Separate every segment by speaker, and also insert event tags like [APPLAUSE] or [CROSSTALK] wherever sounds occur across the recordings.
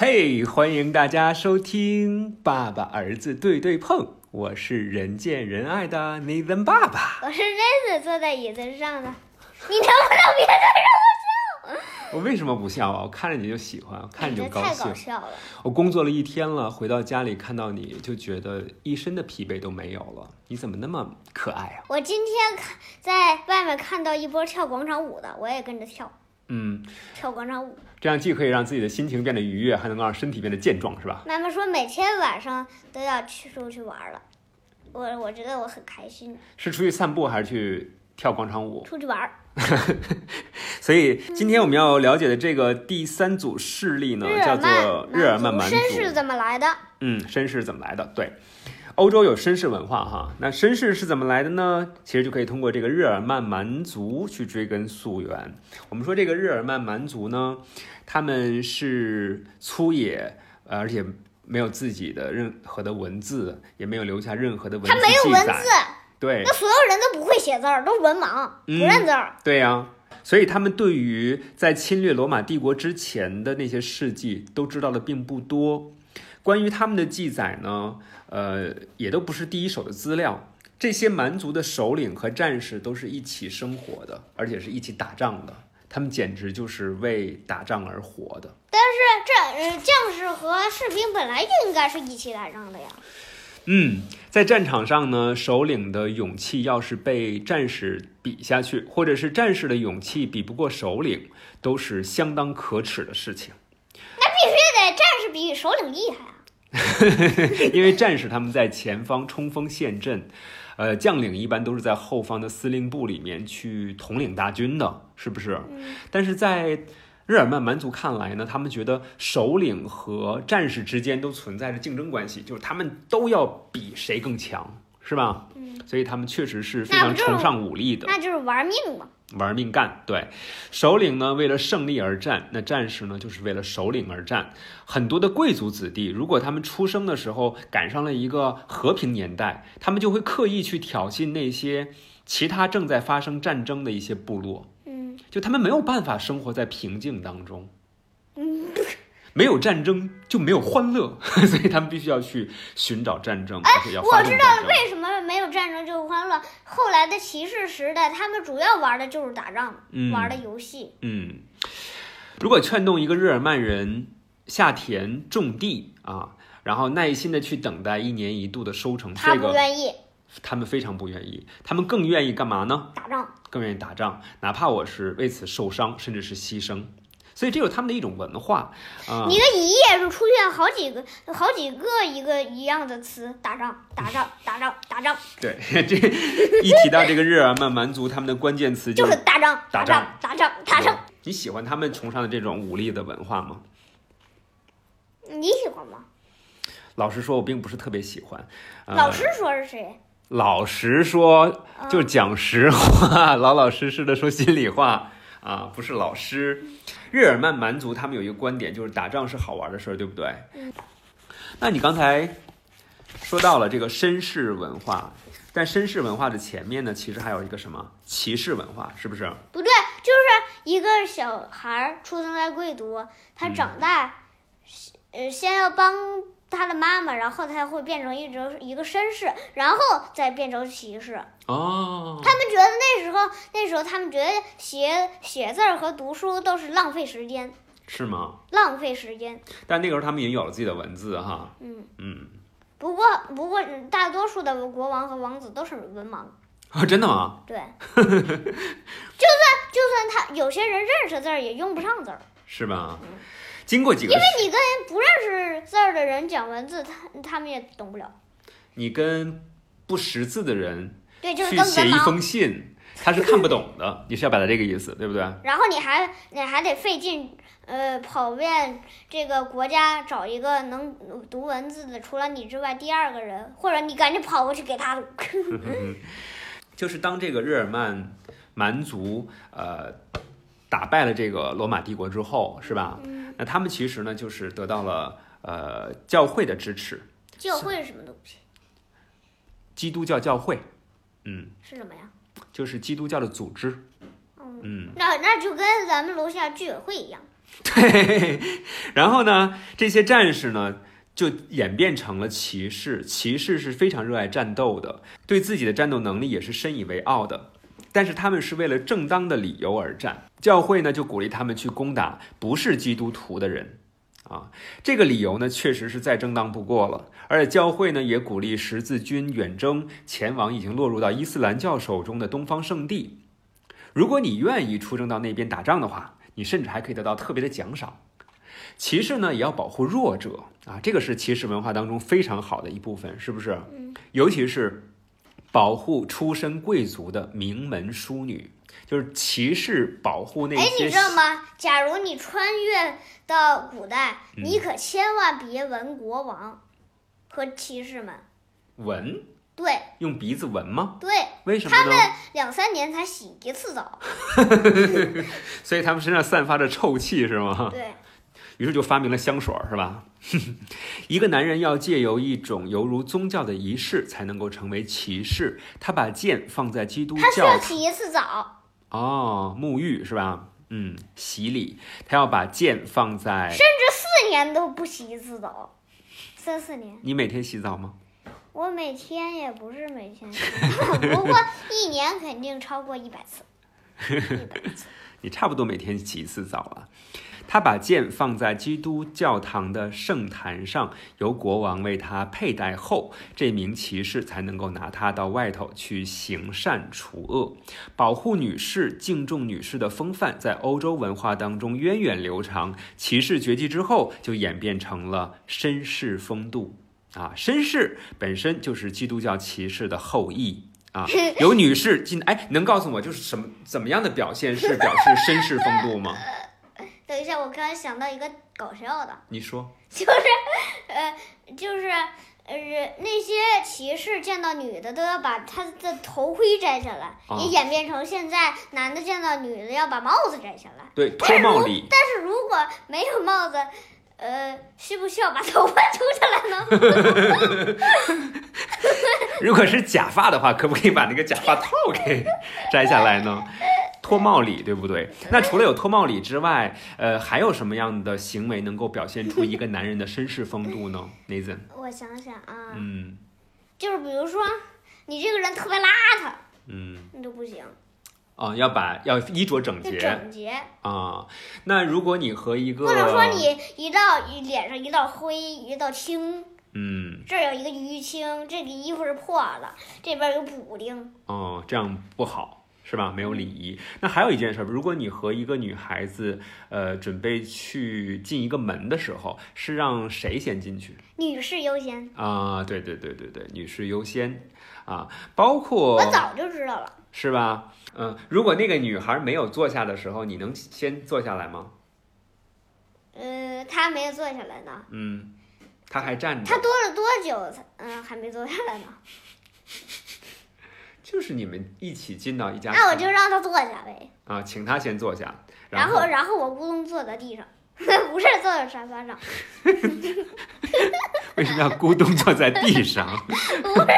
Speaker 1: 嘿欢迎大家收听《爸爸儿子对对碰》，我是人见人爱的 Nathan 爸爸。
Speaker 2: 我是 Nathan 坐在椅子上的，你能不能别再让我笑？
Speaker 1: 我为什么不笑啊？我看着你就喜欢，我看着
Speaker 2: 这
Speaker 1: 就高
Speaker 2: 哎太
Speaker 1: 兴
Speaker 2: 搞。笑了。
Speaker 1: 我工作了一天了，回到家里看到你就觉得一身的疲惫都没有了。你怎么那么可爱啊？
Speaker 2: 我今天看在外面看到一波跳广场舞的，我也跟着跳
Speaker 1: 嗯，
Speaker 2: 跳广场舞。
Speaker 1: 这样既可以让自己的心情变得愉悦，还能够让身体变得健壮，是吧？
Speaker 2: 妈妈说每天晚上都要去出去玩了，我我觉得我很开心，
Speaker 1: 是出去散步还是去跳广场舞？
Speaker 2: 出去玩儿
Speaker 1: 所以今天我们要了解的这个第三组势力呢，
Speaker 2: 日
Speaker 1: 叫
Speaker 2: 耳
Speaker 1: 做
Speaker 2: 曼
Speaker 1: 日耳曼蛮族。
Speaker 2: 绅士怎么来的？
Speaker 1: 嗯，绅士怎么来的？对，欧洲有绅士文化哈。那绅士是怎么来的呢？其实就可以通过这个日耳曼蛮族去追根溯源。我们说这个日耳曼蛮族呢，他们是粗野，呃而且没有自己的任何的文字，也没有留下任何的文字
Speaker 2: 他没有
Speaker 1: 记
Speaker 2: 文
Speaker 1: 载
Speaker 2: 字，
Speaker 1: 对
Speaker 2: 那所有人都不会写字儿，都是文盲，
Speaker 1: 嗯
Speaker 2: 不认字儿。
Speaker 1: 对呀、所以他们对于在侵略罗马帝国之前的那些事迹都知道的并不多。关于他们的记载呢，呃，也都不是第一手的资料。这些蛮族的首领和战士都是一起生活的，而且是一起打仗的。他们简直就是为打仗而活的。
Speaker 2: 这呃，将士和士兵本来应该是一起打仗的呀。
Speaker 1: 嗯，在战场上呢，首领的勇气要是被战士比下去，或者是战士的勇气比不过首领，都是相当可耻的事情。
Speaker 2: 对，战士比首领厉害啊！
Speaker 1: 因为战士他们在前方冲锋陷阵，呃，将领一般都是在后方的司令部里面去统领大军的，是不是？
Speaker 2: 嗯
Speaker 1: 但是在日耳曼蛮族看来呢，他们觉得首领和战士之间都存在着竞争关系，就是他们都要比谁更强，是吧？
Speaker 2: 嗯，
Speaker 1: 所以他们确实是非
Speaker 2: 那
Speaker 1: 常
Speaker 2: 不就
Speaker 1: 崇尚武力的，
Speaker 2: 那就是玩命嘛。
Speaker 1: 玩命干。对，首领呢为了胜利而战，那战士呢就是为了首领而战。很多的贵族子弟，如果他们出生的时候赶上了一个和平年代，他们就会刻意去挑衅那些其他正在发生战争的一些部落，
Speaker 2: 嗯，
Speaker 1: 就他们没有办法生活在平静当中。没有战争就没有欢乐， [LAUGHS] 所以他们必须要去寻找战争，而且要
Speaker 2: 我
Speaker 1: 发动
Speaker 2: 知
Speaker 1: 战
Speaker 2: 道
Speaker 1: 争。
Speaker 2: 为什么没有战争就欢乐。后来的骑士时代，他们主要玩的就是打仗，
Speaker 1: 嗯
Speaker 2: 玩的游戏。
Speaker 1: 嗯，如果劝动一个日耳曼人下田种地啊，然后耐心的去等待一年一度的收成，
Speaker 2: 他
Speaker 1: 这
Speaker 2: 不
Speaker 1: 个
Speaker 2: 愿意
Speaker 1: 他们非常不愿意，他们更愿意干嘛呢？
Speaker 2: 打仗，
Speaker 1: 更愿意打仗，哪怕我是为此受伤，甚至是牺牲。所以这有他们的一种文化啊。
Speaker 2: 你的一页是出现好几个、好几个一个一样的词：打仗、打仗、打仗、打
Speaker 1: [LAUGHS]
Speaker 2: 仗，
Speaker 1: [LAUGHS] 对，这一提到这个日耳曼蛮族，他们的关键词
Speaker 2: 就是
Speaker 1: 是
Speaker 2: 打仗、
Speaker 1: 打
Speaker 2: 打
Speaker 1: 仗
Speaker 2: 仗、打仗、打仗。
Speaker 1: 你喜欢他们崇尚的这种武力的文化吗？嗯
Speaker 2: 你喜欢吗？
Speaker 1: 老实说，我并不是特别喜欢。呃、
Speaker 2: 老师说是谁？
Speaker 1: 老实说，
Speaker 2: 嗯
Speaker 1: 就讲实话， [LAUGHS] 老老实实的说心里话啊，不是老师。日耳曼蛮族他们有一个观点，就是打仗是好玩的事儿，对不对？
Speaker 2: 嗯。
Speaker 1: 那你刚才说到了这个绅士文化，但绅士文化的前面呢，其实还有一个什么骑士文化，是不是？
Speaker 2: 不对，就是一个小孩儿出生在贵族，他长大，呃，先要帮他的妈妈，然后他会变成一种一个绅士，然后再变成骑士。
Speaker 1: 哦，
Speaker 2: 他们觉得那时候，那时候他们觉得写写字儿和读书都是浪费时间，
Speaker 1: 是吗？
Speaker 2: 浪费时间。
Speaker 1: 但那个时候他们也有了自己的文字哈，
Speaker 2: 嗯，
Speaker 1: 嗯， [LAUGHS]
Speaker 2: 不过不过大多数的国王和王子都是文盲，
Speaker 1: 啊、真的吗？
Speaker 2: 对。就算就算他有些人认识字儿，也用不上字儿。
Speaker 1: 是吧？
Speaker 2: 嗯
Speaker 1: 经过几个
Speaker 2: 那你跟不认识字儿的人讲文字，他他们也懂不了。
Speaker 1: 你跟不识字的人
Speaker 2: 对，就是
Speaker 1: 去
Speaker 2: 跟
Speaker 1: 写
Speaker 2: 文
Speaker 1: 一
Speaker 2: 盲。
Speaker 1: 封信，他是看不懂的，你是要表达这个意思，对不对？
Speaker 2: 然后你还你还得费劲，呃，跑遍这个国家找一个能读文字的，除了你之外第二个人，或者你赶紧跑过去给他读。
Speaker 1: 就是当这个日耳曼蛮族呃打败了这个罗马帝国之后，是吧？
Speaker 2: 嗯
Speaker 1: 那他们其实呢，就是得到了呃教会的支持，
Speaker 2: 教会是什么东西？
Speaker 1: 基督教教会，嗯，
Speaker 2: 是什么呀？
Speaker 1: 就是基督教的组织，
Speaker 2: 嗯，
Speaker 1: 嗯。
Speaker 2: 那那就跟咱们楼下居委会一样。
Speaker 1: 对，然后呢，这些战士呢就演变成了骑士，骑士是非常热爱战斗的，对自己的战斗能力也是深以为傲的。但是他们是为了正当的理由而战，教会呢就鼓励他们去攻打不是基督徒的人，啊，这个理由呢确实是再正当不过了。而且教会呢也鼓励十字军远征，前往已经落入到伊斯兰教手中的东方圣地。如果你愿意出征到那边打仗的话，你甚至还可以得到特别的奖赏。骑士呢也要保护弱者啊，这个是骑士文化当中非常好的一部分，是不是？
Speaker 2: 嗯，
Speaker 1: 尤其是保护出身贵族的名门淑女，就是骑士保护那
Speaker 2: 哎，
Speaker 1: 些
Speaker 2: 你知道吗？假如你穿越到古代，你可千万别闻国王和骑士们。
Speaker 1: 闻，
Speaker 2: 对
Speaker 1: 用鼻子闻吗？
Speaker 2: 对，
Speaker 1: 为什么
Speaker 2: 他
Speaker 1: 呢
Speaker 2: 们？两三年才洗一次澡。
Speaker 1: 所以他们身上散发着臭气，是吗？
Speaker 2: 对，
Speaker 1: 于是就发明了香水儿，是吧？ [LAUGHS] 一个男人要借由一种犹如宗教的仪式才能够成为骑士，他把剑放在基督
Speaker 2: 他需要
Speaker 1: 教
Speaker 2: 洗一次澡，
Speaker 1: 哦，沐浴是吧？嗯，洗礼，他要把剑放在
Speaker 2: 四年都不洗一次澡，三四年。
Speaker 1: 你每天洗澡吗？
Speaker 2: 我每天也不是每天洗， [LAUGHS] 不过一年肯定超过一百次。
Speaker 1: 你差不多每天洗一次澡了。他把剑放在基督教堂的圣坛上，由国王为他佩戴后，这名骑士才能够拿它到外头去行善除恶，保护女士、敬重女士的风范，在欧洲文化当中源远流长。骑士绝迹之后，就演变成了绅士风度啊，绅士本身就是基督教骑士的后裔。啊， [LAUGHS] 有女士进哎，能告诉我就是什么怎么样的表现是表示绅士风度吗？
Speaker 2: 等一下，我刚才想到一个搞笑的，
Speaker 1: 你说，
Speaker 2: 就是，呃，就是，呃，那些骑士见到女的都要把她的头盔摘下来，
Speaker 1: 啊
Speaker 2: 也演变成现在男的见到女的要把帽子摘下来。
Speaker 1: 对，脱帽礼，
Speaker 2: 但是如果没有帽子，呃，需不需要把 [LAUGHS] 头发秃下来呢？ [LAUGHS]
Speaker 1: 如果是假发的话，可不可以把那个假发套给摘下来呢？脱帽礼，对不对？那除了有脱帽礼之外，呃，还有什么样的行为能够表现出一个男人的绅士风度呢？Nathan，
Speaker 2: 我想想啊，
Speaker 1: 嗯
Speaker 2: 就是比如说你这个人特别邋遢，
Speaker 1: 嗯，
Speaker 2: 你都不行，
Speaker 1: 啊、要把要衣着整
Speaker 2: 就
Speaker 1: 洁
Speaker 2: 整洁。
Speaker 1: 啊、那如果你和一个，
Speaker 2: 或者说你一道脸上一道灰，一道青，
Speaker 1: 嗯
Speaker 2: 这儿有一个淤青，这个衣服是破了，这边有补丁，
Speaker 1: 哦，这样不好。是吧？没有礼仪。那还有一件事儿，如果你和一个女孩子，呃，准备去进一个门的时候，是让谁先进去？
Speaker 2: 女士优先。
Speaker 1: 啊，对对对对对，女士优先啊，包括
Speaker 2: 我早就知道了，
Speaker 1: 是吧？嗯，如果那个女孩没有坐下的时候，你能先坐下来吗？
Speaker 2: 呃，她没有坐下来呢，
Speaker 1: 嗯，她还站着
Speaker 2: 她，多了多久才嗯、还没坐下来呢？
Speaker 1: 就是你们一起进到一家
Speaker 2: 那我
Speaker 1: 房
Speaker 2: 就让她坐下呗，
Speaker 1: 啊，请她先坐下，
Speaker 2: 然
Speaker 1: 后
Speaker 2: 后然后我咕咚坐在地上， [LAUGHS] 不是坐在沙发上，
Speaker 1: [LAUGHS] 为什么要咕咚坐在地上？
Speaker 2: 不是
Speaker 1: [LAUGHS]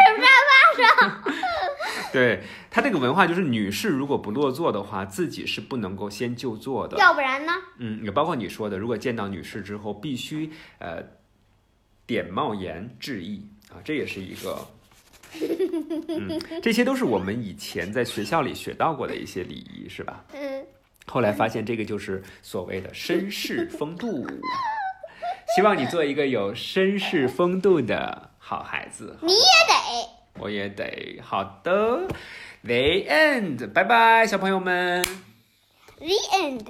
Speaker 1: 对他这个文化就是女士如果不落座的话，自己是不能够先就坐的。
Speaker 2: 要不然呢？
Speaker 1: 嗯，也包括你说的，如果见到女士之后，必须呃点帽檐致意啊，这也是一个。嗯，这些都是我们以前在学校里学到过的一些礼仪，是吧？
Speaker 2: 嗯，
Speaker 1: 后来发现这个就是所谓的绅士风度。希望你做一个有绅士风度的好孩子。
Speaker 2: 你也得。
Speaker 1: 我也得好的。The end，拜拜，小朋友们。
Speaker 2: The end.